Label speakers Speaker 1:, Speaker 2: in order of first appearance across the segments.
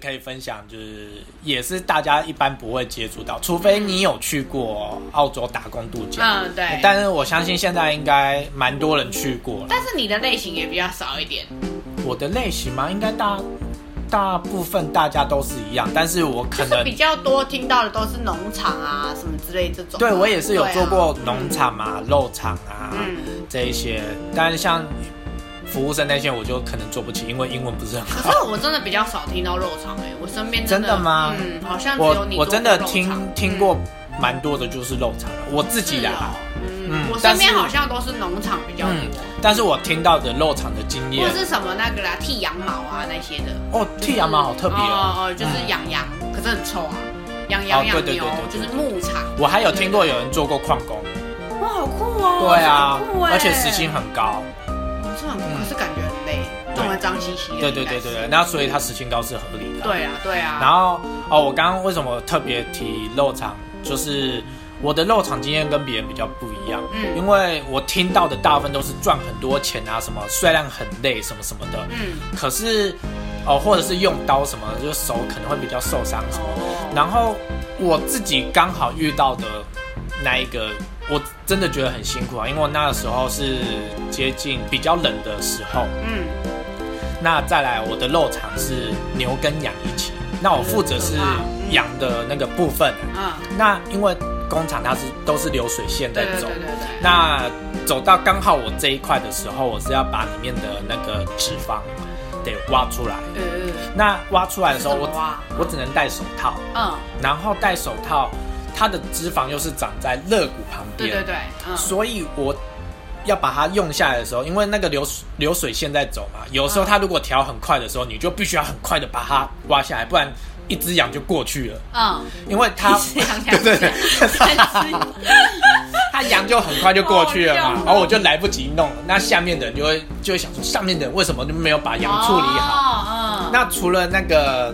Speaker 1: 可以分享，就是也是大家一般不会接触到，除非你有去过澳洲打工度假。
Speaker 2: 嗯，对。
Speaker 1: 但是我相信现在应该蛮多人去过了。
Speaker 2: 但是你的类型也比较少一点，
Speaker 1: 我的类型嘛，应该大大部分大家都是一样，但是我
Speaker 2: 就
Speaker 1: 可
Speaker 2: 是
Speaker 1: 能
Speaker 2: 比较多听到的都是农场啊什么之类这种。
Speaker 1: 对我也是有
Speaker 2: 对啊
Speaker 1: 做过农场啊、肉场啊、
Speaker 2: 嗯
Speaker 1: 这一些，但是像服务生那些我就可能做不起，因为英文不是很
Speaker 2: 可
Speaker 1: 好。
Speaker 2: 是我真的比较少听到肉肠哎、我身边的
Speaker 1: 真的吗
Speaker 2: 嗯，好像只有
Speaker 1: 我
Speaker 2: 你
Speaker 1: 我
Speaker 2: 做
Speaker 1: 真
Speaker 2: 过
Speaker 1: 的
Speaker 2: 肉肠嗯
Speaker 1: 听听过蛮多的，就是肉场，我自己
Speaker 2: 是
Speaker 1: 啦
Speaker 2: 哦。嗯
Speaker 1: 嗯，
Speaker 2: 我身
Speaker 1: 但是
Speaker 2: 边好像都是农场比较
Speaker 1: 嗯
Speaker 2: 多，，
Speaker 1: 但是我听到的肉场的经验
Speaker 2: 或，是什么那个啦，剃羊毛啊那些的，
Speaker 1: 哦，剃羊毛好特别
Speaker 2: 哦
Speaker 1: 哦。
Speaker 2: 哦，就是养羊，可是很臭啊，养羊
Speaker 1: 哦
Speaker 2: 养
Speaker 1: 对对
Speaker 2: 牛
Speaker 1: 对对，对
Speaker 2: 就是牧场，
Speaker 1: 我还有听过有人做过矿工，
Speaker 2: 哇，好酷哦，
Speaker 1: 对啊
Speaker 2: 很酷，欸
Speaker 1: 而且时薪很高，
Speaker 2: 是很酷，
Speaker 1: 嗯
Speaker 2: 可是感觉很累，
Speaker 1: 对
Speaker 2: 弄得脏兮兮的，
Speaker 1: 对对对对对，，那所以他时薪高是合理的。
Speaker 2: 对啊对啊，
Speaker 1: 然后哦，我刚刚为什么特别提肉场，就是我的肉场经验跟别人比较不一样，
Speaker 2: 嗯
Speaker 1: 因为我听到的大部分都是赚很多钱啊，什么虽然很累什么什么的，
Speaker 2: 嗯
Speaker 1: 可是哦，或者是用刀什么的，就是手可能会比较受伤什么。
Speaker 2: 哦，
Speaker 1: 然后我自己刚好遇到的那一个，我真的觉得很辛苦啊，因为我那个时候是接近比较冷的时候，
Speaker 2: 嗯，
Speaker 1: 那再来，我的肉场是牛跟羊一起，那我负责是羊的那个部分。
Speaker 2: 啊，
Speaker 1: 那因为工厂它是都是流水线在
Speaker 2: 对对
Speaker 1: 走
Speaker 2: 对，对对，
Speaker 1: 那走到刚好我这一块的时候，我是要把里面的那个脂肪得挖出来。
Speaker 2: 呃，
Speaker 1: 那挖出来的时候，
Speaker 2: 是怎么挖
Speaker 1: 我我只能戴手套，
Speaker 2: 嗯，
Speaker 1: 然后戴手套，它的脂肪又是长在肋骨旁
Speaker 2: 对
Speaker 1: 边，
Speaker 2: 对对，嗯，
Speaker 1: 所以我要把它用下来的时候，因为那个流水流水线在走嘛，有时候它如果调很快的时候，你就必须要很快的把它挖下来，不然一只羊就过去了，
Speaker 2: 嗯，
Speaker 1: 因为它
Speaker 2: 一只羊
Speaker 1: 对对 对，它羊就很快就过去了嘛，
Speaker 2: 哦这样
Speaker 1: 然后我就来不及弄，那下面的人就会就会想说，上面的人为什么就没有把羊处理好？
Speaker 2: 好
Speaker 1: 那除了那个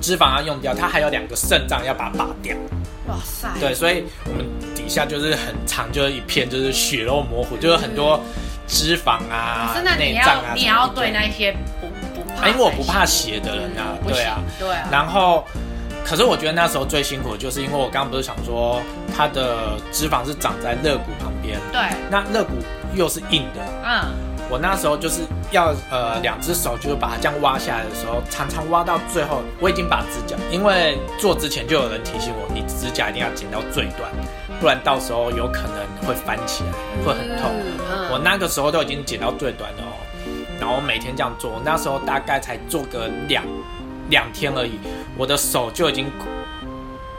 Speaker 1: 脂肪要用掉，它还有两个肾脏要把它拔掉。
Speaker 2: 那哇塞，
Speaker 1: 对，所以我们底下就是很长，就是一片就是血肉模糊，就是很多脂肪啊
Speaker 2: 可是那、你
Speaker 1: 内脏
Speaker 2: 要、
Speaker 1: 啊，
Speaker 2: 你也要对那一些不不怕，
Speaker 1: 哎，因为我不怕血的人啊
Speaker 2: 嗯，不
Speaker 1: 对
Speaker 2: 行
Speaker 1: 啊。，
Speaker 2: 对啊，
Speaker 1: 然后，可是我觉得那时候最辛苦，的就是因为我刚刚不是想说，它的脂肪是长在肋骨旁边，
Speaker 2: 对，
Speaker 1: 那肋骨又是硬的。
Speaker 2: 嗯，
Speaker 1: 我那时候就是要呃两只手就是把它这样挖下来的时候，常常挖到最后，我已经把指甲，因为做之前就有人提醒我，你指甲一定要剪到最短，不然到时候有可能会翻起来，会很痛。
Speaker 2: 嗯
Speaker 1: 我那个时候都已经剪到最短了哦，然后每天这样做，我那时候大概才做个两两天而已，我的手就已经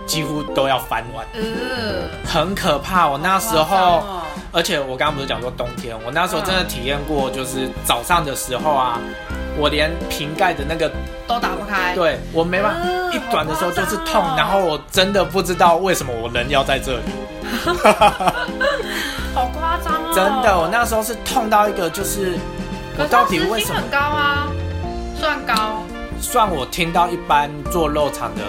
Speaker 1: 几乎都要翻完，
Speaker 2: 呃，
Speaker 1: 很可怕。我那时
Speaker 2: 好夸张
Speaker 1: 候。
Speaker 2: 哦
Speaker 1: 而且我刚刚不是讲说冬天，我那时候真的体验过，就是早上的时候啊，我连瓶盖的那个，
Speaker 2: 都打不开，，
Speaker 1: 对我没办法，
Speaker 2: 嗯
Speaker 1: 一短的时候就是
Speaker 2: 好
Speaker 1: 痛
Speaker 2: 夸张哦，
Speaker 1: 然后我真的不知道为什么我人要在这里，
Speaker 2: 好夸张哦，
Speaker 1: 真的，我那时候是痛到一个就是，我到底为什
Speaker 2: 可是它时薪
Speaker 1: 么？
Speaker 2: 很高啊？算高，
Speaker 1: 算我听到一般做肉场的。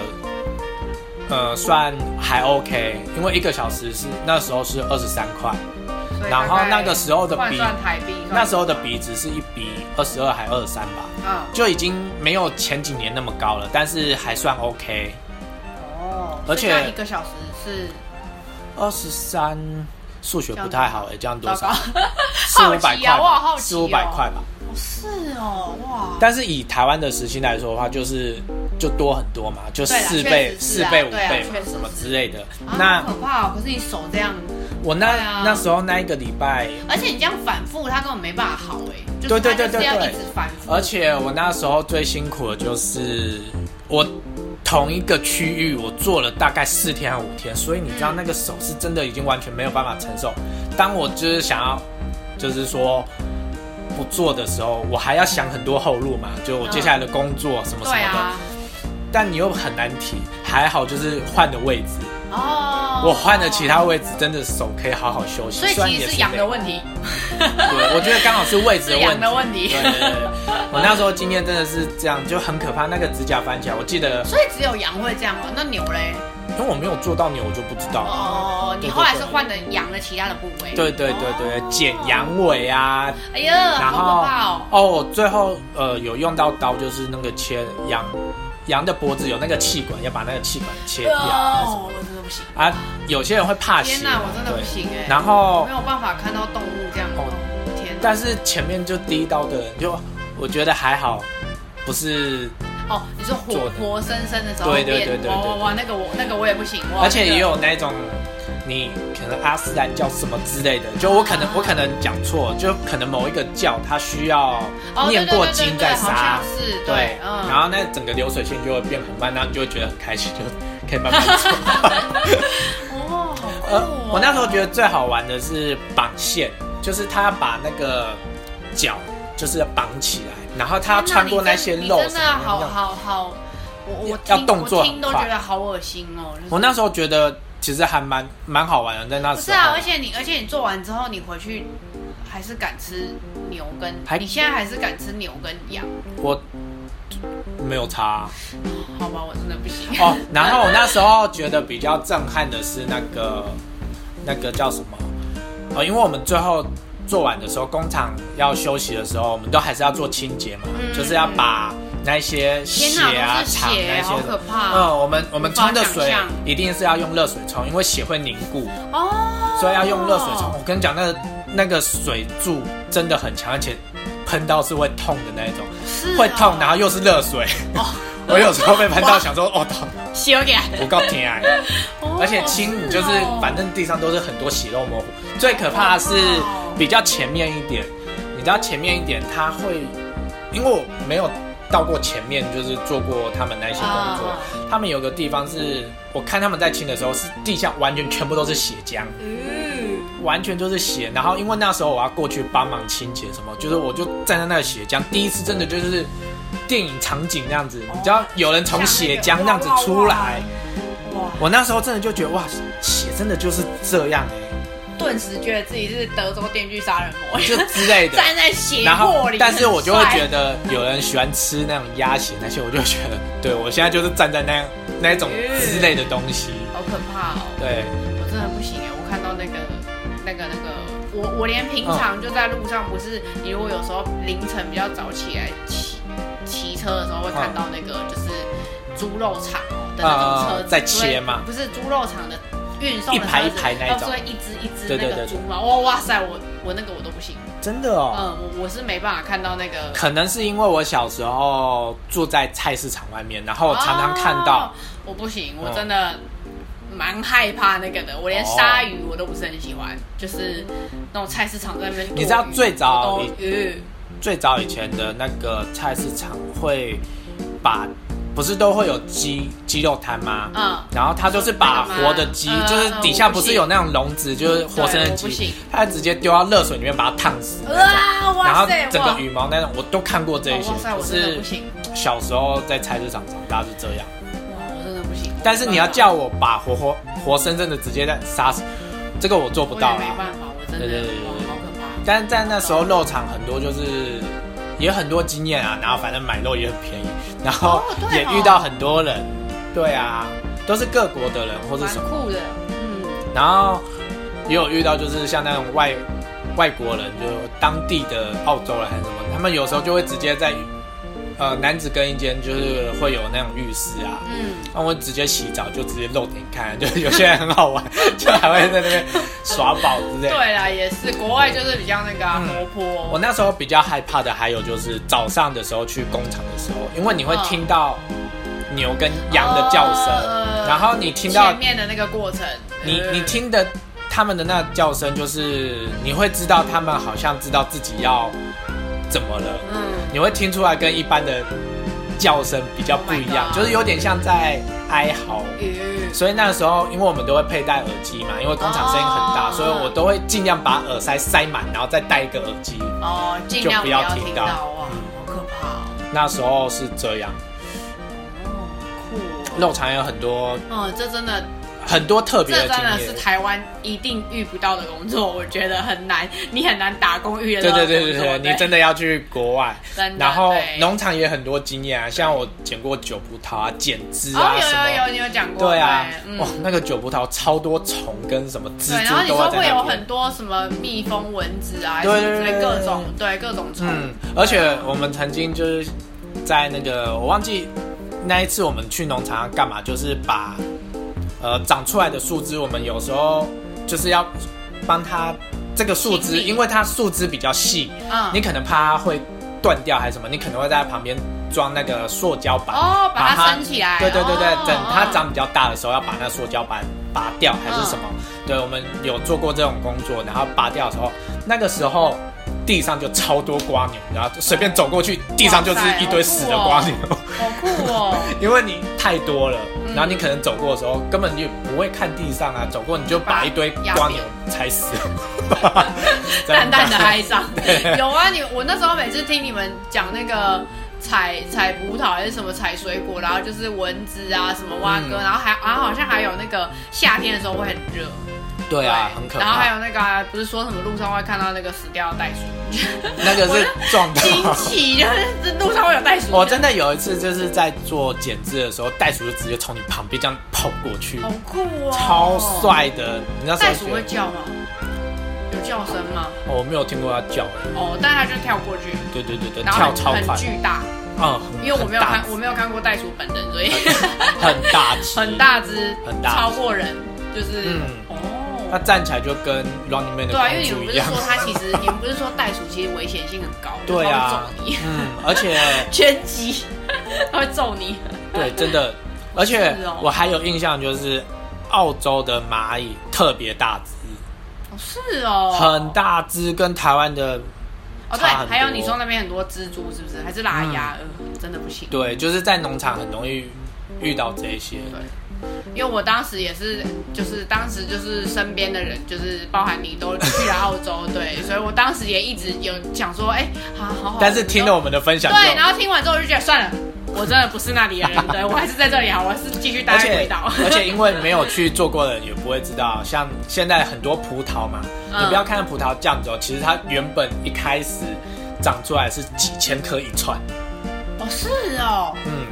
Speaker 1: 呃，算还 OK，因为一个小时是那时候是二十三块，
Speaker 2: 嗯所以
Speaker 1: 然后
Speaker 2: 大概
Speaker 1: 那个时候的
Speaker 2: 换
Speaker 1: 比
Speaker 2: 算台币，
Speaker 1: 那时候的比值是一比二十二还二十三吧，
Speaker 2: 嗯
Speaker 1: 就已经没有前几年那么高了，但是还算 OK。
Speaker 2: 哦，
Speaker 1: 而且
Speaker 2: 所以那一个小时是
Speaker 1: 二十三，数学不太好哎、这样多
Speaker 2: 糟
Speaker 1: 少
Speaker 2: 糕？，
Speaker 1: 四五百
Speaker 2: 好奇啊我好好
Speaker 1: 块，
Speaker 2: 奇哦
Speaker 1: 四五百块吧。
Speaker 2: 哦是哦，哇，
Speaker 1: 但是以台湾的时薪来说的话，就是就多很多嘛，就
Speaker 2: 对啦
Speaker 1: 四倍、
Speaker 2: 确实是
Speaker 1: 四
Speaker 2: 啊
Speaker 1: 倍、五
Speaker 2: 对啊
Speaker 1: 倍嘛
Speaker 2: 确实是
Speaker 1: 什么之类的。
Speaker 2: 啊
Speaker 1: 那
Speaker 2: 好可怕哦！可是你手这样，
Speaker 1: 我那
Speaker 2: 对啊
Speaker 1: 那时候那一个礼拜，
Speaker 2: 而且你这样反复，它根本没办法好哎、就是
Speaker 1: 对对
Speaker 2: 它就是
Speaker 1: 对对
Speaker 2: 要
Speaker 1: 对
Speaker 2: 一直反复，
Speaker 1: 而且我那时候最辛苦的就是我同一个区域我做了大概四天还五天，所以你知道
Speaker 2: 嗯
Speaker 1: 那个手是真的已经完全没有办法承受。当我就是想要，就是说不做的时候，我还要想很多后路嘛，就我接下来的工作什么什
Speaker 2: 嗯
Speaker 1: 么
Speaker 2: 对
Speaker 1: 的。
Speaker 2: 啊，
Speaker 1: 但你又很难提，还好就是换的位置，
Speaker 2: 哦，
Speaker 1: 我换了其他位置，真的手可以好好休息。
Speaker 2: 所以
Speaker 1: 虽然
Speaker 2: 其
Speaker 1: 也
Speaker 2: 实是
Speaker 1: 是
Speaker 2: 羊的
Speaker 1: 累
Speaker 2: 问题，
Speaker 1: 对，我觉得刚好是位置
Speaker 2: 是
Speaker 1: 的
Speaker 2: 羊
Speaker 1: 问题
Speaker 2: 的。问题
Speaker 1: 对，对对，我那时候经验真的是这样，就很可怕。那个指甲翻起来，我记得，
Speaker 2: 所以只有羊会这样哦。那牛嘞？
Speaker 1: 因为我没有做到牛，我就不知道了。
Speaker 2: 哦，你
Speaker 1: 对对
Speaker 2: 后来是
Speaker 1: 对
Speaker 2: 换的羊的其他的部位，
Speaker 1: 对对对对，剪羊尾啊，
Speaker 2: 哎呀，
Speaker 1: 然
Speaker 2: 好可怕
Speaker 1: 后
Speaker 2: 哦，
Speaker 1: 哦，最后呃有用到刀，就是那个切羊羊的脖子有那个气管，要把那个气管切掉。
Speaker 2: 哦，我真的不行。
Speaker 1: 啊，有些人会怕血，
Speaker 2: 天哪，我真的不行哎、
Speaker 1: 啊然后
Speaker 2: 没有办法看到动物这样。
Speaker 1: 哦
Speaker 2: 哦，天哪。
Speaker 1: 但是前面就第一刀的人就，我觉得还好，不是，
Speaker 2: 哦，你说活
Speaker 1: 做的
Speaker 2: 活生生的时候
Speaker 1: 对
Speaker 2: 变，
Speaker 1: 对对对对
Speaker 2: 哇哇哇，那个我那个我也不行。哇
Speaker 1: 而且也。
Speaker 2: 那
Speaker 1: 有
Speaker 2: 个
Speaker 1: 那种你可能阿斯兰教什么之类的，就我可能我可能讲错，就可能某一个教它需要
Speaker 2: 哦，对
Speaker 1: 念
Speaker 2: 对
Speaker 1: 过
Speaker 2: 对对
Speaker 1: 经
Speaker 2: 对
Speaker 1: 再
Speaker 2: 好
Speaker 1: 杀
Speaker 2: 像，是
Speaker 1: 对
Speaker 2: 对，，嗯，
Speaker 1: 然后那整个流水线就会变很慢，然后你就会觉得很开心，就可以慢慢走。
Speaker 2: 哦，好酷
Speaker 1: 呃
Speaker 2: 哦！，
Speaker 1: 我那时候觉得最好玩的是绑线，就是他把那个脚就是绑起来，然后他要穿过那些
Speaker 2: 天哪
Speaker 1: 肉
Speaker 2: 你真你
Speaker 1: 什
Speaker 2: 真的
Speaker 1: 么
Speaker 2: 好
Speaker 1: 的。
Speaker 2: 好好，我我
Speaker 1: 要
Speaker 2: 听
Speaker 1: 动作
Speaker 2: 我
Speaker 1: 很
Speaker 2: 听都
Speaker 1: 快
Speaker 2: 觉得好恶心哦。就是
Speaker 1: 我那时候觉得其实还蛮蛮好玩的，在那
Speaker 2: 不
Speaker 1: 时
Speaker 2: 是
Speaker 1: 候。
Speaker 2: 啊，而且你而且你做完之后，你回去还是敢吃牛跟
Speaker 1: 还，
Speaker 2: 你现在还是敢吃牛跟羊？
Speaker 1: 我没有差啊、
Speaker 2: 好吧，我真的不行。
Speaker 1: 哦。然后我那时候觉得比较震撼的是那个那个叫什么？哦，因为我们最后做完的时候，工厂要休息的时候，我们都还是要做清洁嘛，
Speaker 2: 嗯
Speaker 1: 就是要把那些
Speaker 2: 天
Speaker 1: 血
Speaker 2: 哪，
Speaker 1: 啊、
Speaker 2: 都是
Speaker 1: 肠
Speaker 2: 血，
Speaker 1: 那
Speaker 2: 好
Speaker 1: 些
Speaker 2: 可
Speaker 1: 的。
Speaker 2: 怕哦！
Speaker 1: 嗯，我们我们
Speaker 2: 无法
Speaker 1: 冲的
Speaker 2: 想
Speaker 1: 水
Speaker 2: 象
Speaker 1: 一定是要用热水冲，因为血会凝固，
Speaker 2: 哦
Speaker 1: 所以要用热水冲。我跟你讲，那个那个水柱真的很强，而且喷到是会痛的那一种。
Speaker 2: 是
Speaker 1: 会
Speaker 2: 哦
Speaker 1: 痛，然后又是热水。
Speaker 2: 哦
Speaker 1: 我有时候被喷到，
Speaker 2: 哇
Speaker 1: 想说哦，痛，
Speaker 2: 血给，
Speaker 1: 我够疼啊！
Speaker 2: 哦
Speaker 1: 而且亲你就是
Speaker 2: 是哦，
Speaker 1: 反正地上都是很多血肉模糊。最可怕的是
Speaker 2: 哦
Speaker 1: 比较前面一点，你知道前面一点，它会，因为我没有到过前面，就是做过他们那些工作
Speaker 2: 啊。
Speaker 1: 他们有个地方是我看他们在清的时候，是地下完全全部都是血浆。
Speaker 2: 嗯，
Speaker 1: 完全就是血。然后因为那时候我要过去帮忙清洁什么，就是我就站在那个血浆，第一次真的就是电影场景那样子，你知道有人从血浆那样子出来，
Speaker 2: 哇，
Speaker 1: 我那时候真的就觉得哇，血真的就是这样哎、
Speaker 2: 顿时觉得自己是德州电锯杀人魔，
Speaker 1: 就之类的。
Speaker 2: 站在血
Speaker 1: 然后
Speaker 2: 泊里，，
Speaker 1: 但是我就会
Speaker 2: 很帅
Speaker 1: 觉得有人喜欢吃那种鸭血那些，我就觉得，对我现在就是站在那样那一种之类的东西，
Speaker 2: 好可怕哦。
Speaker 1: 对，
Speaker 2: 我真的不行哎，我看到那个、那个、那个，我我连平常就在路上，不是你如果有时候凌晨比较早起来骑骑车的时候，会看到那个就是猪肉场哦的那种
Speaker 1: 啊
Speaker 2: 车子
Speaker 1: 在切嘛
Speaker 2: 不是不是猪肉场的运送的
Speaker 1: 一排
Speaker 2: 车子
Speaker 1: 一排那一
Speaker 2: 到
Speaker 1: 种
Speaker 2: 时候一只一只
Speaker 1: 对
Speaker 2: 那
Speaker 1: 对
Speaker 2: 个
Speaker 1: 对
Speaker 2: 猪嘛，哇哇塞，我我那个我都不行，
Speaker 1: 真的哦。
Speaker 2: 嗯，我我是没办法看到那个。
Speaker 1: 可能是因为我小时候住在菜市场外面，然后我常常看到嗯
Speaker 2: 哦，我不行，我真的蛮害怕那个的。我连
Speaker 1: 哦
Speaker 2: 鲨鱼我都不是很喜欢，就是那种菜市场在那边剁鱼。
Speaker 1: 你知道最早
Speaker 2: 我都鱼
Speaker 1: 最早以前的那个菜市场会把，不是都会有鸡鸡肉摊吗？
Speaker 2: 嗯，
Speaker 1: 然后他就是把
Speaker 2: 那个吗
Speaker 1: 活的鸡，
Speaker 2: 嗯
Speaker 1: 就是底下不是有那种笼子，就是活生的
Speaker 2: 对我不
Speaker 1: 鸡
Speaker 2: 信，
Speaker 1: 他直接丢到热水里面把它烫死，
Speaker 2: 哇
Speaker 1: 然
Speaker 2: 哇
Speaker 1: 后
Speaker 2: 塞，
Speaker 1: 整
Speaker 2: 哇
Speaker 1: 个羽毛那种我都看过这一些
Speaker 2: 哇塞，，
Speaker 1: 就
Speaker 2: 我真的
Speaker 1: 是
Speaker 2: 不行，
Speaker 1: 小时候在菜市场长大是这样。
Speaker 2: 哇，我真的不行。
Speaker 1: 但是你要叫我把活活活生生的直接在杀死，这个我做
Speaker 2: 我
Speaker 1: 不
Speaker 2: 也
Speaker 1: 到
Speaker 2: 没
Speaker 1: 啦。
Speaker 2: 办法，我真
Speaker 1: 对对
Speaker 2: 的
Speaker 1: 对对
Speaker 2: 哇，好可怕。
Speaker 1: 但在那时候肉场很多就是也很多经验啊，然后反正买肉也很便宜，然后
Speaker 2: 哦对
Speaker 1: 也
Speaker 2: 哦
Speaker 1: 遇到很多人，对啊，都是各国的人或是
Speaker 2: 蛮
Speaker 1: 什么，
Speaker 2: 酷的，嗯，
Speaker 1: 然后也有遇到就是像那种外外国人，就当地的澳洲人还是什么，他们有时候就会直接在呃男子更衣间就是会有那种浴室啊，
Speaker 2: 嗯，
Speaker 1: 那我直接洗澡就直接露点看， 就有些人很好玩，就还会在那边耍宝之类的。
Speaker 2: 对啦，也是，国外就是比较那个啊活
Speaker 1: 嗯
Speaker 2: 泼，
Speaker 1: 我那时候比较害怕的还有就是早上的时候去工厂的时候，因为你会听到牛跟羊的叫声，
Speaker 2: 呃
Speaker 1: 然后你听到
Speaker 2: 前面的那个过程，
Speaker 1: 你
Speaker 2: 呃
Speaker 1: 你听的他们的那叫声，就是你会知道他们好像知道自己要怎么了，
Speaker 2: 嗯。
Speaker 1: 你会听出来跟一般的叫声比较不一样
Speaker 2: Oh my god
Speaker 1: 就是有点像在哀嚎。
Speaker 2: 嗯
Speaker 1: 所以那时候，因为我们都会佩戴耳机嘛，因为工厂声音很大
Speaker 2: 哦
Speaker 1: 所以我都会尽量把耳塞塞满，然后再戴一个耳机。
Speaker 2: 哦，尽量
Speaker 1: 就不
Speaker 2: 不
Speaker 1: 要
Speaker 2: 要
Speaker 1: 听
Speaker 2: 听
Speaker 1: 到嗯
Speaker 2: 到哇，好可怕哦，
Speaker 1: 那时候是这样，
Speaker 2: 哦酷哦。
Speaker 1: 肉肠有很多
Speaker 2: 嗯，这真的，
Speaker 1: 很多特别
Speaker 2: 这
Speaker 1: 的
Speaker 2: 真
Speaker 1: 经
Speaker 2: 的是
Speaker 1: 验。
Speaker 2: 台湾一定遇不到的工作，我觉得很难，你很难打工遇得
Speaker 1: 对
Speaker 2: 到
Speaker 1: 对
Speaker 2: 的工
Speaker 1: 对
Speaker 2: 作。
Speaker 1: 对对，你真的要去国外，
Speaker 2: 真的
Speaker 1: 然后
Speaker 2: 对
Speaker 1: 农场也很多经验啊，像我捡过酒葡萄啊、剪枝
Speaker 2: 哦
Speaker 1: 啊，什么，
Speaker 2: 有有有，你有讲过
Speaker 1: 对啊，哇，
Speaker 2: 嗯，
Speaker 1: 那个酒葡萄超多虫跟什么蜘
Speaker 2: 对，然后
Speaker 1: 蛛
Speaker 2: 你
Speaker 1: 都
Speaker 2: 说
Speaker 1: 会
Speaker 2: 会
Speaker 1: 在
Speaker 2: 有
Speaker 1: 那
Speaker 2: 很
Speaker 1: 边。
Speaker 2: 多什么蜜蜂、蚊子啊，
Speaker 1: 对
Speaker 2: 什么之
Speaker 1: 对对
Speaker 2: 类各种，
Speaker 1: 嗯
Speaker 2: 对各种虫，
Speaker 1: 嗯，而且我们曾经就是在那个我忘记那一次我们去农场要干嘛？就是把呃长出来的树枝，我们有时候就是要帮它这个树
Speaker 2: 清
Speaker 1: 枝，
Speaker 2: 理
Speaker 1: 因为它树枝比较细，
Speaker 2: 嗯，
Speaker 1: 你可能怕它会断掉还是什么，你可能会在旁边装那个塑胶板，
Speaker 2: 哦，把
Speaker 1: 它
Speaker 2: 它升起来，
Speaker 1: 对对对对，
Speaker 2: 哦
Speaker 1: 等它长比较大的时候，要把那塑胶板拔掉还是什
Speaker 2: 哦
Speaker 1: 么？对，我们有做过这种工作，然后拔掉的时候，那个时候地上就超多瓜牛，然后随便走过去，地上就是一堆死的瓜牛，
Speaker 2: 好酷哦，
Speaker 1: 因为你太多了，
Speaker 2: 嗯
Speaker 1: 然后你可能走过的时候根本就不会看地上啊，走过你就把一堆瓜牛踩 死，这样
Speaker 2: 淡淡的哀伤。 有啊，你我那时候每次听你们讲那个。采采葡萄还是什么采水果，然后就是蚊子啊，什么蛙哥，
Speaker 1: 嗯
Speaker 2: 然后还啊好像还有那个夏天的时候会很热，
Speaker 1: 对啊，很可
Speaker 2: 然后还
Speaker 1: 怕，
Speaker 2: 有那个、啊、不是说什么路上会看到那 个死掉的袋鼠，
Speaker 1: 那个是撞到。
Speaker 2: 惊奇，就是路上会有袋鼠。
Speaker 1: 我哦真的有一次就是在做剪枝的时候，袋鼠就直接从你旁边这样跑过去，
Speaker 2: 好酷哦，
Speaker 1: 超。帅的。你那时候
Speaker 2: 袋鼠
Speaker 1: 觉
Speaker 2: 会
Speaker 1: 得
Speaker 2: 叫吗？有叫声吗？
Speaker 1: 哦我没有听过它叫，
Speaker 2: 哦，但它就跳过去，
Speaker 1: 对对对对，
Speaker 2: 然后
Speaker 1: 跳
Speaker 2: 很
Speaker 1: 超快
Speaker 2: 很，巨大，
Speaker 1: 嗯，
Speaker 2: 因为我没有
Speaker 1: 很
Speaker 2: 看
Speaker 1: 大
Speaker 2: 我没有看过袋鼠本人，所以
Speaker 1: 很大只，
Speaker 2: 很。大只，
Speaker 1: 很大只
Speaker 2: 超过人，就是、
Speaker 1: 嗯它
Speaker 2: 哦。
Speaker 1: 站起来就跟 Running Man 的
Speaker 2: 对啊，因
Speaker 1: 公
Speaker 2: 为你们
Speaker 1: 主
Speaker 2: 不
Speaker 1: 一
Speaker 2: 是
Speaker 1: 样，
Speaker 2: 说它其 实，你们不是说袋鼠其实危险性很高，
Speaker 1: 对啊
Speaker 2: 它会揍你，
Speaker 1: 嗯，而且
Speaker 2: 拳击，它会揍你。
Speaker 1: 对，真的，而且
Speaker 2: 是哦
Speaker 1: 我还有印象就是澳洲的蚂蚁特别大只，
Speaker 2: 哦是哦，
Speaker 1: 很大只，跟台湾的
Speaker 2: 哦，对
Speaker 1: 差很，多
Speaker 2: 还有你说那边很多蜘蛛是不是？还是拉牙？嗯，真的不行。
Speaker 1: 对，就是在农场很容易遇到这些，
Speaker 2: 因为我当时也是，就是当时就是身边的人，就是包含你都去了澳洲，对，所以我当时也一直有想说，哎、好好好。
Speaker 1: 但是听了我们的分享
Speaker 2: 对，
Speaker 1: 就
Speaker 2: 然。后听完之后我就觉得算了，我真的不是那里的 人，对我还是在这里好，我还是继续待
Speaker 1: 而
Speaker 2: 在
Speaker 1: 且
Speaker 2: 鬼岛。
Speaker 1: 而且因为没有去做过的人也不会知道，像现在很多葡萄嘛，
Speaker 2: 嗯
Speaker 1: 你不要看葡萄酱走，其实它原本一开始长出来是几千颗一串，
Speaker 2: 哦，是哦，
Speaker 1: 嗯，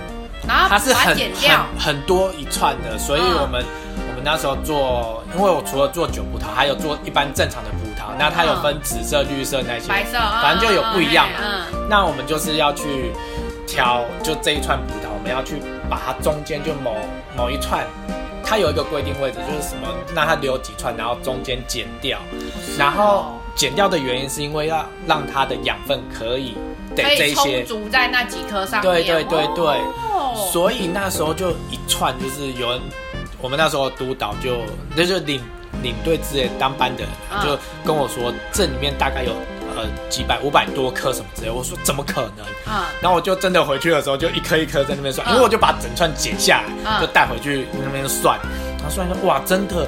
Speaker 2: 然后
Speaker 1: 它是
Speaker 2: 把它
Speaker 1: 很
Speaker 2: 剪掉，
Speaker 1: 很很多一串的，所以
Speaker 2: 嗯
Speaker 1: 我们、我们那时候做，因为我除了做酒葡萄，还有做一般正常的葡萄，那它有分紫色、绿色那些，
Speaker 2: 白色，嗯
Speaker 1: 反正就有不一样嘛啊
Speaker 2: 嗯，
Speaker 1: 那我们就是要去挑，就这一串葡萄，我们要去把它中间就某某一串，它有一个规定位置，就是什么让它留几串，然后中间剪掉，
Speaker 2: 哦
Speaker 1: 然后剪掉的原因是因为要让它的养分可以得
Speaker 2: 可
Speaker 1: 这
Speaker 2: 以
Speaker 1: 一
Speaker 2: 充
Speaker 1: 些，
Speaker 2: 足在那几颗上面。
Speaker 1: 对对对对
Speaker 2: 哦
Speaker 1: 所以那时候就一串就是有人，我们那时候督导就那就领领队之类当班的人啊
Speaker 2: 嗯
Speaker 1: 就跟我说，这里面大概有呃几百五百多颗什么之类，我说怎么可能？
Speaker 2: 嗯，
Speaker 1: 然后我就真的回去的时候，就一颗一颗在那边算，
Speaker 2: 嗯
Speaker 1: 因为我就把整串剪下来，
Speaker 2: 嗯
Speaker 1: 就带回去那边算。然后算一算，哇，真的，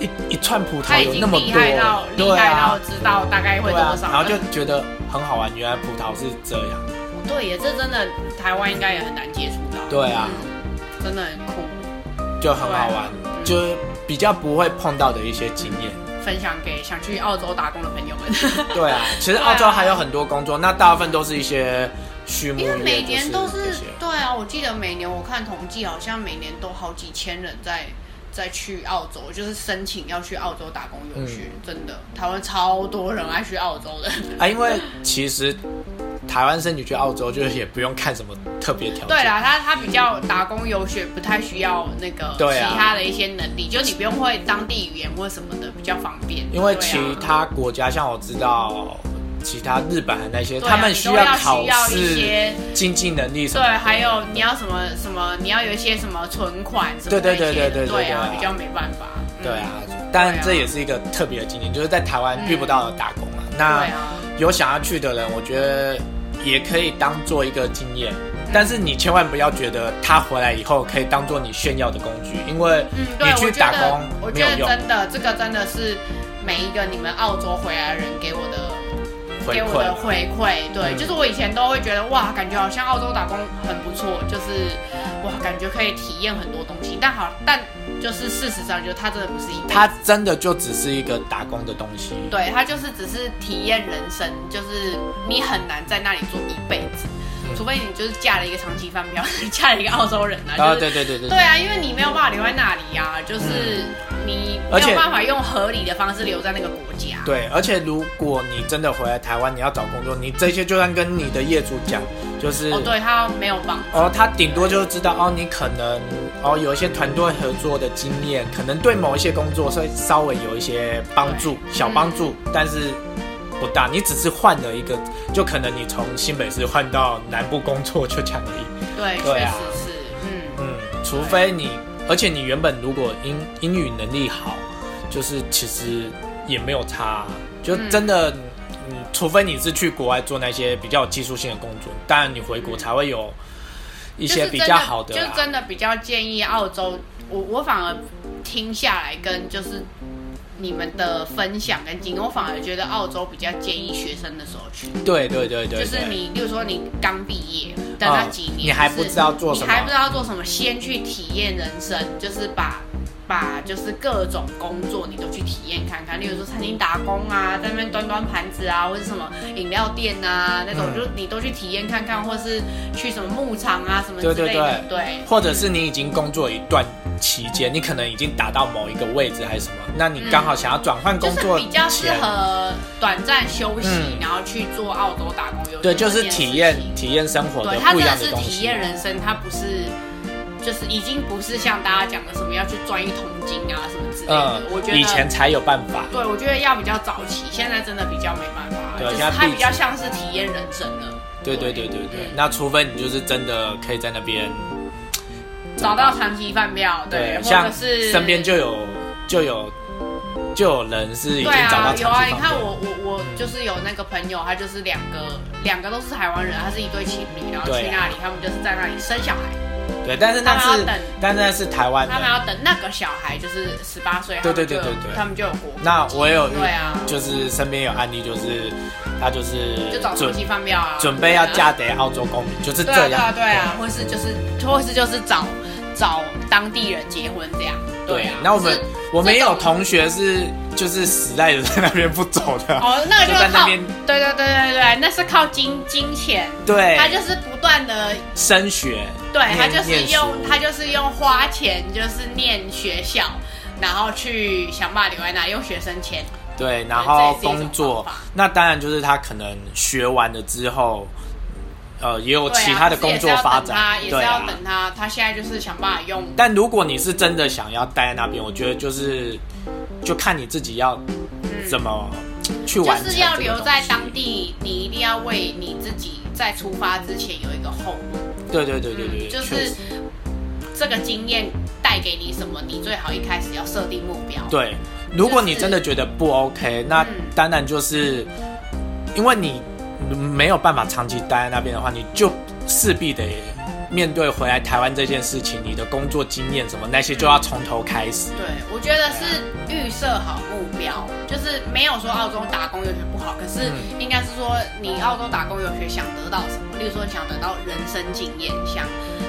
Speaker 1: 一一串葡
Speaker 2: 他
Speaker 1: 萄
Speaker 2: 已
Speaker 1: 有那
Speaker 2: 经
Speaker 1: 么
Speaker 2: 厉
Speaker 1: 多
Speaker 2: 害到，厉
Speaker 1: 对
Speaker 2: 害到
Speaker 1: 啊，
Speaker 2: 知道大概会
Speaker 1: 对
Speaker 2: 多
Speaker 1: 啊，
Speaker 2: 少，
Speaker 1: 然后就觉得很好玩，原来葡萄是这样，
Speaker 2: 对耶，这真的台湾应该也很难接触到，
Speaker 1: 对啊，
Speaker 2: 嗯，真的很酷，
Speaker 1: 就很好玩，
Speaker 2: 对啊
Speaker 1: 就是比较不会碰到的一些经 验。
Speaker 2: 分享给想去澳洲打工的朋友们，
Speaker 1: 对啊，其实澳洲还有很多工作，那大部分都是一些畜牧
Speaker 2: 因
Speaker 1: 业，
Speaker 2: 为每年都
Speaker 1: 就是
Speaker 2: 是
Speaker 1: 这些
Speaker 2: 对啊，我记得每年我看统计，好像每年都好几千人在。在去澳洲，就是申请要去澳洲打工游学，
Speaker 1: 嗯
Speaker 2: 真的，台湾超多人爱去澳洲的。
Speaker 1: 啊，因为其实台湾生你去澳洲，就是也不用看什么特别条件，
Speaker 2: 对啦，他他比较打工游学，不太需要那个
Speaker 1: 对啊
Speaker 2: 其他的一些能力，就你不用会当地语言或什么的，比较方便。
Speaker 1: 因为
Speaker 2: 对啊
Speaker 1: 其他国家，像我知道其他日本啊那些，
Speaker 2: 对啊
Speaker 1: 他们需
Speaker 2: 你都要
Speaker 1: 考
Speaker 2: 需要一
Speaker 1: 试、
Speaker 2: 些
Speaker 1: 经济能力什
Speaker 2: 对，
Speaker 1: 么的。
Speaker 2: 还有你要什么什么，你要有一些什么存款什么
Speaker 1: 对对
Speaker 2: 那些的
Speaker 1: 对对对对
Speaker 2: 对啊
Speaker 1: 对，啊
Speaker 2: 比较没办法。嗯
Speaker 1: 对啊，但这也是一个特别的经验，就是在台湾遇不到的打工啊。那
Speaker 2: 对啊，
Speaker 1: 有想要去的人，我觉得也可以当做一个经验。但是你千万不要觉得他回来以后可以当做你炫耀的工具，因为
Speaker 2: 嗯，对，
Speaker 1: 你
Speaker 2: 我觉
Speaker 1: 去
Speaker 2: 得
Speaker 1: 打工
Speaker 2: 我
Speaker 1: 没有
Speaker 2: 觉得
Speaker 1: 用。
Speaker 2: 真的这个真的是每一个你们澳洲回来的人给我的
Speaker 1: 回
Speaker 2: 给我的
Speaker 1: 馈
Speaker 2: 回馈，对，
Speaker 1: 嗯
Speaker 2: 就是我以前都会觉得哇，感觉好像澳洲打工很不错，就是哇，感觉可以体验很多东西，但好，但就是事实上，就是它真的不是一辈子
Speaker 1: 它真的就只是一个打工的东西。
Speaker 2: 对，他就是只是体验人生，就是你很难在那里做一辈子，
Speaker 1: 嗯
Speaker 2: 除非你就是嫁了一个长期饭票， 嫁了一个澳洲人啊，
Speaker 1: 啊，
Speaker 2: 就是、
Speaker 1: 对对对对
Speaker 2: 对啊，因为你没有办法留在那里啊，就是
Speaker 1: 嗯
Speaker 2: 你
Speaker 1: 而
Speaker 2: 没
Speaker 1: 且
Speaker 2: 有办法用合理的方式留在那个国家。
Speaker 1: 对，而且如果你真的回来台湾，你要找工作，你这些就算跟你的业主讲，就是
Speaker 2: 哦，对他没有帮，
Speaker 1: 哦，他顶多就是知道哦，你可能哦有一些团队合作的经验，可能对某一些工作会稍微有一些帮助，
Speaker 2: 对
Speaker 1: 小帮助，但是不大。你只是换了一个，就可能你从新北市换到南部工作就这样而已。
Speaker 2: 对，
Speaker 1: 对
Speaker 2: 确
Speaker 1: 啊
Speaker 2: 实是，嗯，
Speaker 1: 嗯，除非你，而且你原本如果英英语能力好，就是其实也没有差啊，就
Speaker 2: 嗯
Speaker 1: 真的。嗯除非你是去国外做那些比较有技术性的工作，当然你回国才会有一
Speaker 2: 一
Speaker 1: 些比较好的啊
Speaker 2: 就
Speaker 1: 啦。
Speaker 2: 是真的比较建议澳洲，我我反而听下来跟就是你们的分享跟经验，我反而觉得澳洲比较建议学生的时候去。
Speaker 1: 对对对对，
Speaker 2: 就是
Speaker 1: 对
Speaker 2: 你，例如说你刚毕业的那几
Speaker 1: 嗯
Speaker 2: 年，
Speaker 1: 你还不知道做什么
Speaker 2: 你还不知道做什么，先去体验人生，就是把把就是各种工作你都去体验看看，例如说餐厅打工啊，在那边端端盘子啊，或者什么饮料店啊那种，
Speaker 1: 嗯
Speaker 2: 就你都去体验看看，或是去什么牧场啊什么之
Speaker 1: 对
Speaker 2: 类的，
Speaker 1: 对对
Speaker 2: 对
Speaker 1: 或者是你已经工作一段期间，你可能已经达到某一个位置还是什么，那你刚好想要转换工
Speaker 2: 就
Speaker 1: 作
Speaker 2: 是比较适
Speaker 1: 前，
Speaker 2: 合短暂休息，
Speaker 1: 嗯
Speaker 2: 然后去做澳洲打工游学
Speaker 1: 对，就是
Speaker 2: 这件事
Speaker 1: 体验
Speaker 2: 情
Speaker 1: 体验生活的
Speaker 2: 对，它
Speaker 1: 不一
Speaker 2: 真
Speaker 1: 样
Speaker 2: 的
Speaker 1: 的
Speaker 2: 是
Speaker 1: 东
Speaker 2: 体
Speaker 1: 西。
Speaker 2: 验人生，它不是就是已经不是像大家讲的什么要去赚一桶金啊什么之类的。我觉得
Speaker 1: 嗯以前才有办法。
Speaker 2: 对，我觉得要比较早期，现在真的比较没办法，
Speaker 1: 对
Speaker 2: 就是
Speaker 1: 现在
Speaker 2: 它
Speaker 1: 毕
Speaker 2: 比较像是体验人生了，
Speaker 1: 对对对对对，那除非你就是真的可以在那边，
Speaker 2: 找到长期饭票，
Speaker 1: 嗯对，
Speaker 2: 或
Speaker 1: 像
Speaker 2: 者是
Speaker 1: 身边就有就有就有人是已经
Speaker 2: 对
Speaker 1: 找到
Speaker 2: 啊，有
Speaker 1: 长
Speaker 2: 啊，
Speaker 1: 期
Speaker 2: 你
Speaker 1: 放
Speaker 2: 看
Speaker 1: 的
Speaker 2: 我我
Speaker 1: 嗯
Speaker 2: 我就是有那个朋友，他就是两个两个都是台湾人，他是一对情侣，然后
Speaker 1: 对啊
Speaker 2: 去那里，他们就是在那里生小孩，
Speaker 1: 对，但是那
Speaker 2: 他
Speaker 1: 是
Speaker 2: 们要等
Speaker 1: 但是那是台湾的
Speaker 2: 他，们要等那个小孩就是十八岁，
Speaker 1: 对对
Speaker 2: 他们就有
Speaker 1: 对对对
Speaker 2: 他们就有国籍
Speaker 1: 那我也有遇
Speaker 2: 对啊，
Speaker 1: 就是身边有案例，就是他就是
Speaker 2: 就找夫
Speaker 1: 准
Speaker 2: 妻饭票啊，
Speaker 1: 准备要嫁给澳洲公民，就是
Speaker 2: 对
Speaker 1: 这
Speaker 2: 啊对啊
Speaker 1: 样。
Speaker 2: 对啊，或是就是或是就是找找当地人结婚这样，
Speaker 1: 对
Speaker 2: 啊，
Speaker 1: 那我们
Speaker 2: 是
Speaker 1: 我们也有
Speaker 2: 这种
Speaker 1: 同学是就是死赖着在那边不走的，
Speaker 2: 哦那个
Speaker 1: 就
Speaker 2: 就是
Speaker 1: 在那
Speaker 2: 靠
Speaker 1: 边
Speaker 2: 对对对对对，那是靠金金钱，
Speaker 1: 对，
Speaker 2: 他就是不断的
Speaker 1: 升学，
Speaker 2: 对
Speaker 1: 念
Speaker 2: 他就是
Speaker 1: 念书
Speaker 2: 用他就是用花钱就是念学校，然后去想办法留在那里用学生钱，
Speaker 1: 对，然后
Speaker 2: 这也是一种
Speaker 1: 工作
Speaker 2: 方法，
Speaker 1: 那当然就是他可能学完了之后，呃，也有
Speaker 2: 对啊
Speaker 1: 其他的工作发展
Speaker 2: 可是，也是
Speaker 1: 对
Speaker 2: 要
Speaker 1: 啊
Speaker 2: 等他，也是要。等他，他现在就是想办法用
Speaker 1: 但如果你是真的想要待在那边，我觉得就是就看你自己要
Speaker 2: 嗯
Speaker 1: 怎么去完成
Speaker 2: 就是要
Speaker 1: 这个
Speaker 2: 留
Speaker 1: 东
Speaker 2: 在
Speaker 1: 西
Speaker 2: 当地，你一定要为你自己在出发之前有一个后路，
Speaker 1: 对对对对对，
Speaker 2: 嗯就
Speaker 1: 确
Speaker 2: 是
Speaker 1: 实
Speaker 2: 这个经验带给你什么，你最好一开始要设定目标。
Speaker 1: 对，如果你真的觉得不 OK，那当然就是
Speaker 2: 嗯
Speaker 1: 因为你没有办法长期待在那边的话，你就势必得面对回来台湾这件事情，你的工作经验什么那些就要从头开始。
Speaker 2: 对，我觉得是预设好目标，就是没有说澳洲打工游学不好，可是应该是说你澳洲打工游学想得到什么，例如说你想得到人生经验，想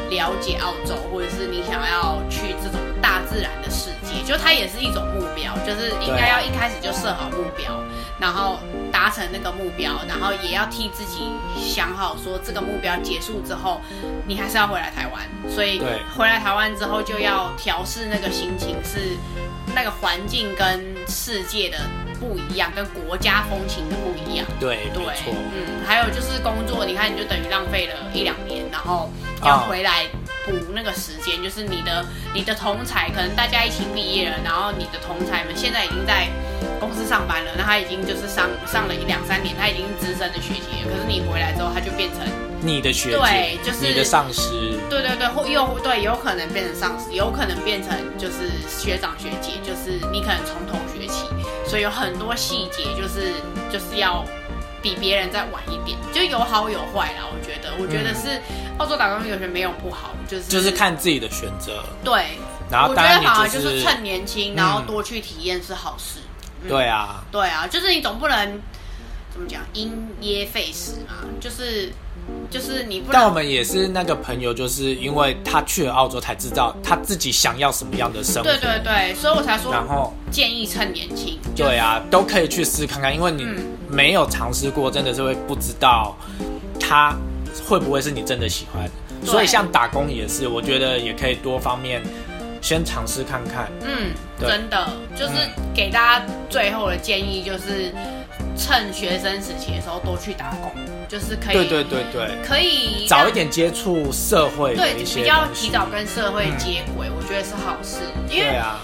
Speaker 2: 了解澳洲，或者是你想要去这种大自然的世界，就它也是一种目标，就是应该要一开始就设好目标，然后达成那个目标，然后也要替自己想好说这个目标结束之后，你还是要回来台湾，所以
Speaker 1: 对
Speaker 2: 回来台湾之后就要调试那个心情，是那个环境跟世界的不一样，跟国家风情的不一样。
Speaker 1: 对，
Speaker 2: 对
Speaker 1: 没错，，
Speaker 2: 嗯，还有就是工作，你看你就等于浪费了一两年，然后要
Speaker 1: 啊
Speaker 2: 回来补那个时间，就是你的你的同才，可能大家一起毕业了，然后你的同才们现在已经在公司上班了，那他已经就是上上了一两三年，他已经资深的学姐了，可是你回来之后，他就变成
Speaker 1: 你的学姐
Speaker 2: 对，就是
Speaker 1: 你的上司，
Speaker 2: 对对对，或又对，有可能变成上司，有可能变成就是学长学姐，就是你可能从头学起，所以有很多细节就是就是要比别人再晚一点，就有好有坏啦。我觉得，我觉得是澳洲打工留学没有不好，就是
Speaker 1: 嗯就是看自己的选择。
Speaker 2: 对，
Speaker 1: 然后
Speaker 2: 我
Speaker 1: 当
Speaker 2: 觉
Speaker 1: 然
Speaker 2: 得
Speaker 1: 你
Speaker 2: 反而
Speaker 1: 就是
Speaker 2: 趁嗯年轻，然后
Speaker 1: 嗯
Speaker 2: 多去体验是好事。
Speaker 1: 对啊，
Speaker 2: 对啊，就是你总不能怎么讲因噎废食嘛，就是就是你不
Speaker 1: 但我
Speaker 2: 能。
Speaker 1: 们也是那个朋友，就是因为他去了澳洲才知道他自己想要什么样的生活
Speaker 2: 对，对对，所以我才说
Speaker 1: 然后
Speaker 2: 建议趁年轻。就
Speaker 1: 对啊，都可以去试看看，因为你
Speaker 2: 嗯
Speaker 1: 没有尝试过，真的是会不知道它会不会是你真的喜欢的。
Speaker 2: 对
Speaker 1: 所以像打工也是，我觉得也可以多方面先尝试看看。
Speaker 2: 嗯，
Speaker 1: 对
Speaker 2: 真的就是给大家最后的建议就是。趁学生时期的时候多去打工，就是可以
Speaker 1: 对对对对，
Speaker 2: 可以
Speaker 1: 早一
Speaker 2: 让
Speaker 1: 点接触社会的
Speaker 2: 对
Speaker 1: 一些
Speaker 2: 比较
Speaker 1: 东西嗯
Speaker 2: 提早跟社会接轨，我觉得是好事，因
Speaker 1: 对
Speaker 2: 为
Speaker 1: 啊，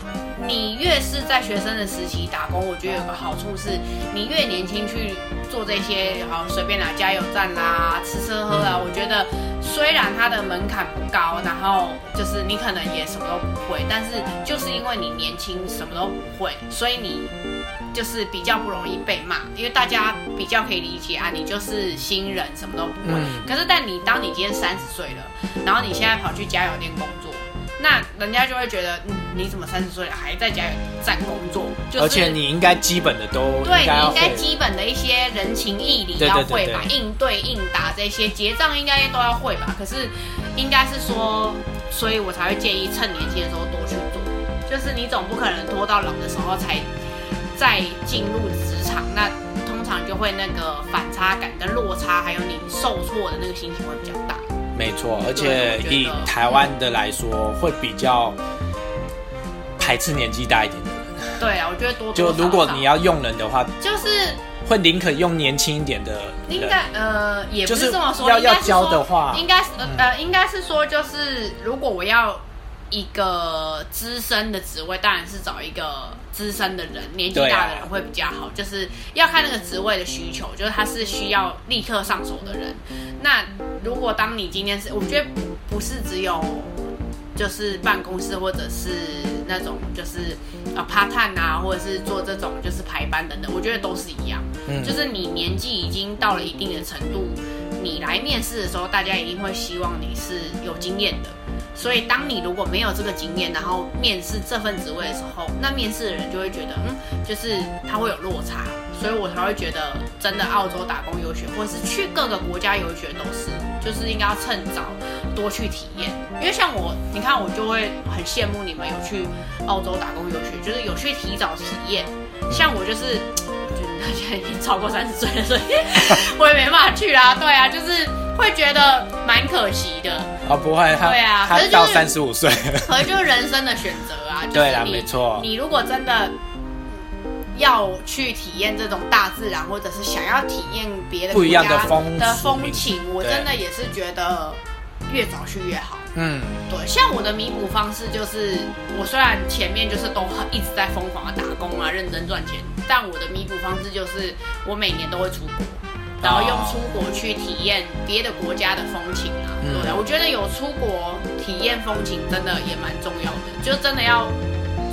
Speaker 2: 你越是在学生的时期打工，我觉得有个好处是，你越年轻去做这些，好随便啦，加油站啦，吃吃喝啊，我觉得虽然它的门槛不高，然后就是你可能也什么都不会，但是就是因为你年轻什么都不会，所以你就是比较不容易被骂，因为大家比较可以理解啊，你就是新人，什么都不会。
Speaker 1: 嗯
Speaker 2: 可是，但你当你今天三十岁了，然后你现在跑去加油店工作，那人家就会觉得，嗯，你怎么三十岁了还在加油站工作？就是、
Speaker 1: 而且你应该基本的都
Speaker 2: 对
Speaker 1: 该
Speaker 2: 你
Speaker 1: 要
Speaker 2: 应该
Speaker 1: 会。
Speaker 2: 基本的一些人情义理
Speaker 1: 对对
Speaker 2: 要
Speaker 1: 对
Speaker 2: 会吧，
Speaker 1: 对
Speaker 2: 应对应答这些结账应该都要会吧。可是应该是说，所以我才会建议趁年轻的时候多去做，就是你总不可能拖到老的时候才再进入职场，那通常就会那个反差感跟落差，还有你受挫的那个心情会比较大。
Speaker 1: 没错，而
Speaker 2: 对
Speaker 1: 且
Speaker 2: 我觉得
Speaker 1: 以台湾的来说，会比较排斥年纪大一点的人。
Speaker 2: 对啊，我觉得多
Speaker 1: 就
Speaker 2: 多
Speaker 1: 如果
Speaker 2: 少少
Speaker 1: 你要用人的话，
Speaker 2: 就是
Speaker 1: 会宁可用年轻一点的
Speaker 2: 应
Speaker 1: 人。
Speaker 2: 该呃，也不
Speaker 1: 就是
Speaker 2: 是这么说，
Speaker 1: 要
Speaker 2: 应该
Speaker 1: 要
Speaker 2: 是
Speaker 1: 教
Speaker 2: 说
Speaker 1: 的话
Speaker 2: 应该是呃
Speaker 1: 嗯
Speaker 2: 呃，应该是说就是，如果我要一个资深的职位，当然是找一个资深的人，年纪
Speaker 1: 对啊
Speaker 2: 大的人会比较好，就是要看那个职位的需求，就是他是需要立刻上手的人。那如果当你今天是，我觉得不不是只有就是办公室或者是那种就是呃 part time 啊，或者是做这种就是排班等等，我觉得都是一样。
Speaker 1: 嗯
Speaker 2: 就是你年纪已经到了一定的程度，你来面试的时候，大家一定会希望你是有经验的。所以，当你如果没有这个经验，然后面试这份职位的时候，那面试的人就会觉得，嗯，就是他会有落差，所以我才会觉得，嗯真的澳洲打工游学，或者是去各个国家游学都是，嗯就是应该要趁早多去体验。因为像我，你看我就会很羡慕你们有去澳洲打工游学，就是有去提早体验。像我 就是，我觉得现在已经超过三十岁了，所以我也没办法去啦。对啊，就是会觉得蛮可惜的。
Speaker 1: 啊、不会，他
Speaker 2: 对啊可
Speaker 1: 他
Speaker 2: 是就
Speaker 1: 到
Speaker 2: 是
Speaker 1: 三十五岁，
Speaker 2: 可能就是人生的选择 啊。就是、
Speaker 1: 对啦
Speaker 2: 你
Speaker 1: 没错
Speaker 2: 你如果真的要去体验这种大自然，或者是想要体验别的
Speaker 1: 不一样
Speaker 2: 国家
Speaker 1: 的风俗
Speaker 2: 的风
Speaker 1: 民情
Speaker 2: 情，我
Speaker 1: 对
Speaker 2: 真的也是觉得越早去越好。
Speaker 1: 嗯，
Speaker 2: 对，像我的弥补方式就是，我虽然前面就是都很一直在疯狂的打工啊，认真赚钱，但我的弥补方式就是，我每年都会出国，然后用
Speaker 1: 哦
Speaker 2: 出国去体验别的国家的风情啊。
Speaker 1: 嗯
Speaker 2: 对啊，我觉得有出国体验风情真的也蛮重要的，就真的要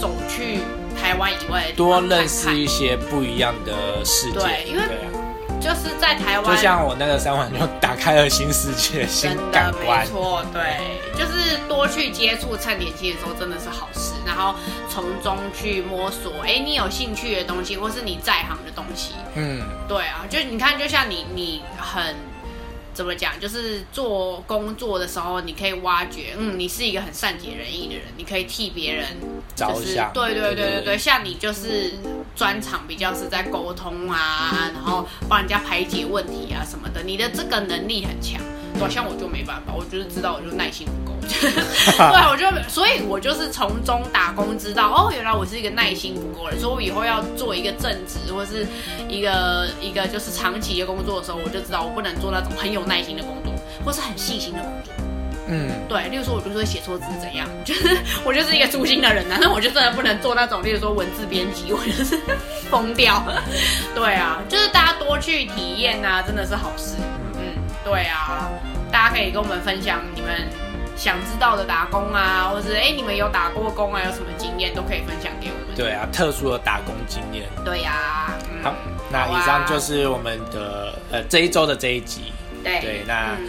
Speaker 2: 走去台湾以外的地
Speaker 1: 多
Speaker 2: 方看
Speaker 1: 认识一些不一样的世界。
Speaker 2: 对因为
Speaker 1: 对啊，
Speaker 2: 看就是在台湾
Speaker 1: 就像我那个三环就打开了新世界、新
Speaker 2: 真的
Speaker 1: 感
Speaker 2: 没
Speaker 1: 官。
Speaker 2: 错，对，就是多去接触，趁年轻的时候真的是好事，然后从中去摸索，哎，你有兴趣的东西，或是你在行的东西，
Speaker 1: 嗯，
Speaker 2: 对啊，就你看，就像你，你很怎么讲，就是做工作的时候，你可以挖掘，嗯，你是一个很善解人意的人，你可以替别人
Speaker 1: 着
Speaker 2: 就是
Speaker 1: 想。
Speaker 2: 对对对对对，像你就是专长比较是在沟通啊，然后帮人家排解问题啊什么的，你的这个能力很强。对，啊像我就没办法，我就是知道我就耐心不 够。对，啊我就所以，我就是从中打工知道，哦，原来我是一个耐心不够的人，所以我以后要做一个正职或是一个一个就是长期的工作的时候，我就知道我不能做那种很有耐心的工作，或是很细心的工作。
Speaker 1: 嗯，
Speaker 2: 对，例如说我就是会写错字怎样， 就是我就是一个粗心的人呐、那我就真的不能做那种，例如说文字编辑，我就是 疯掉。对啊，就是大家多去体验啊，真的是好事。嗯，对啊，大家可以跟我们分享你们想知道的打工啊，或是哎、你们有打过工啊，有什么经验都可以分享给我们。
Speaker 1: 对啊，特殊的打工经验。
Speaker 2: 对呀、嗯
Speaker 1: 好，那以上就是我们的呃这一周的这一集，
Speaker 2: 对
Speaker 1: 对那
Speaker 2: 嗯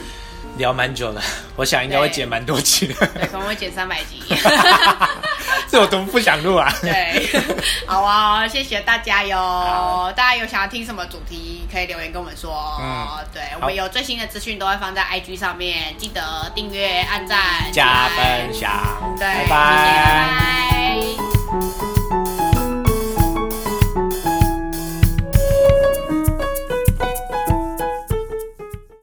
Speaker 1: 聊蛮久了，我想应该会剪蛮多集的，
Speaker 2: 对，可能会减三百集。
Speaker 1: 这我怎么不想录 啊？
Speaker 2: 对，好啊，谢谢大家哟！大家有想要听什么主题，可以留言跟我们说。
Speaker 1: 嗯
Speaker 2: 对我们有最新的资讯都会放在 IG 上面，记得订阅、按赞、
Speaker 1: 加
Speaker 2: 起来
Speaker 1: 分。享，
Speaker 2: 对，
Speaker 1: 拜
Speaker 2: 谢谢拜拜。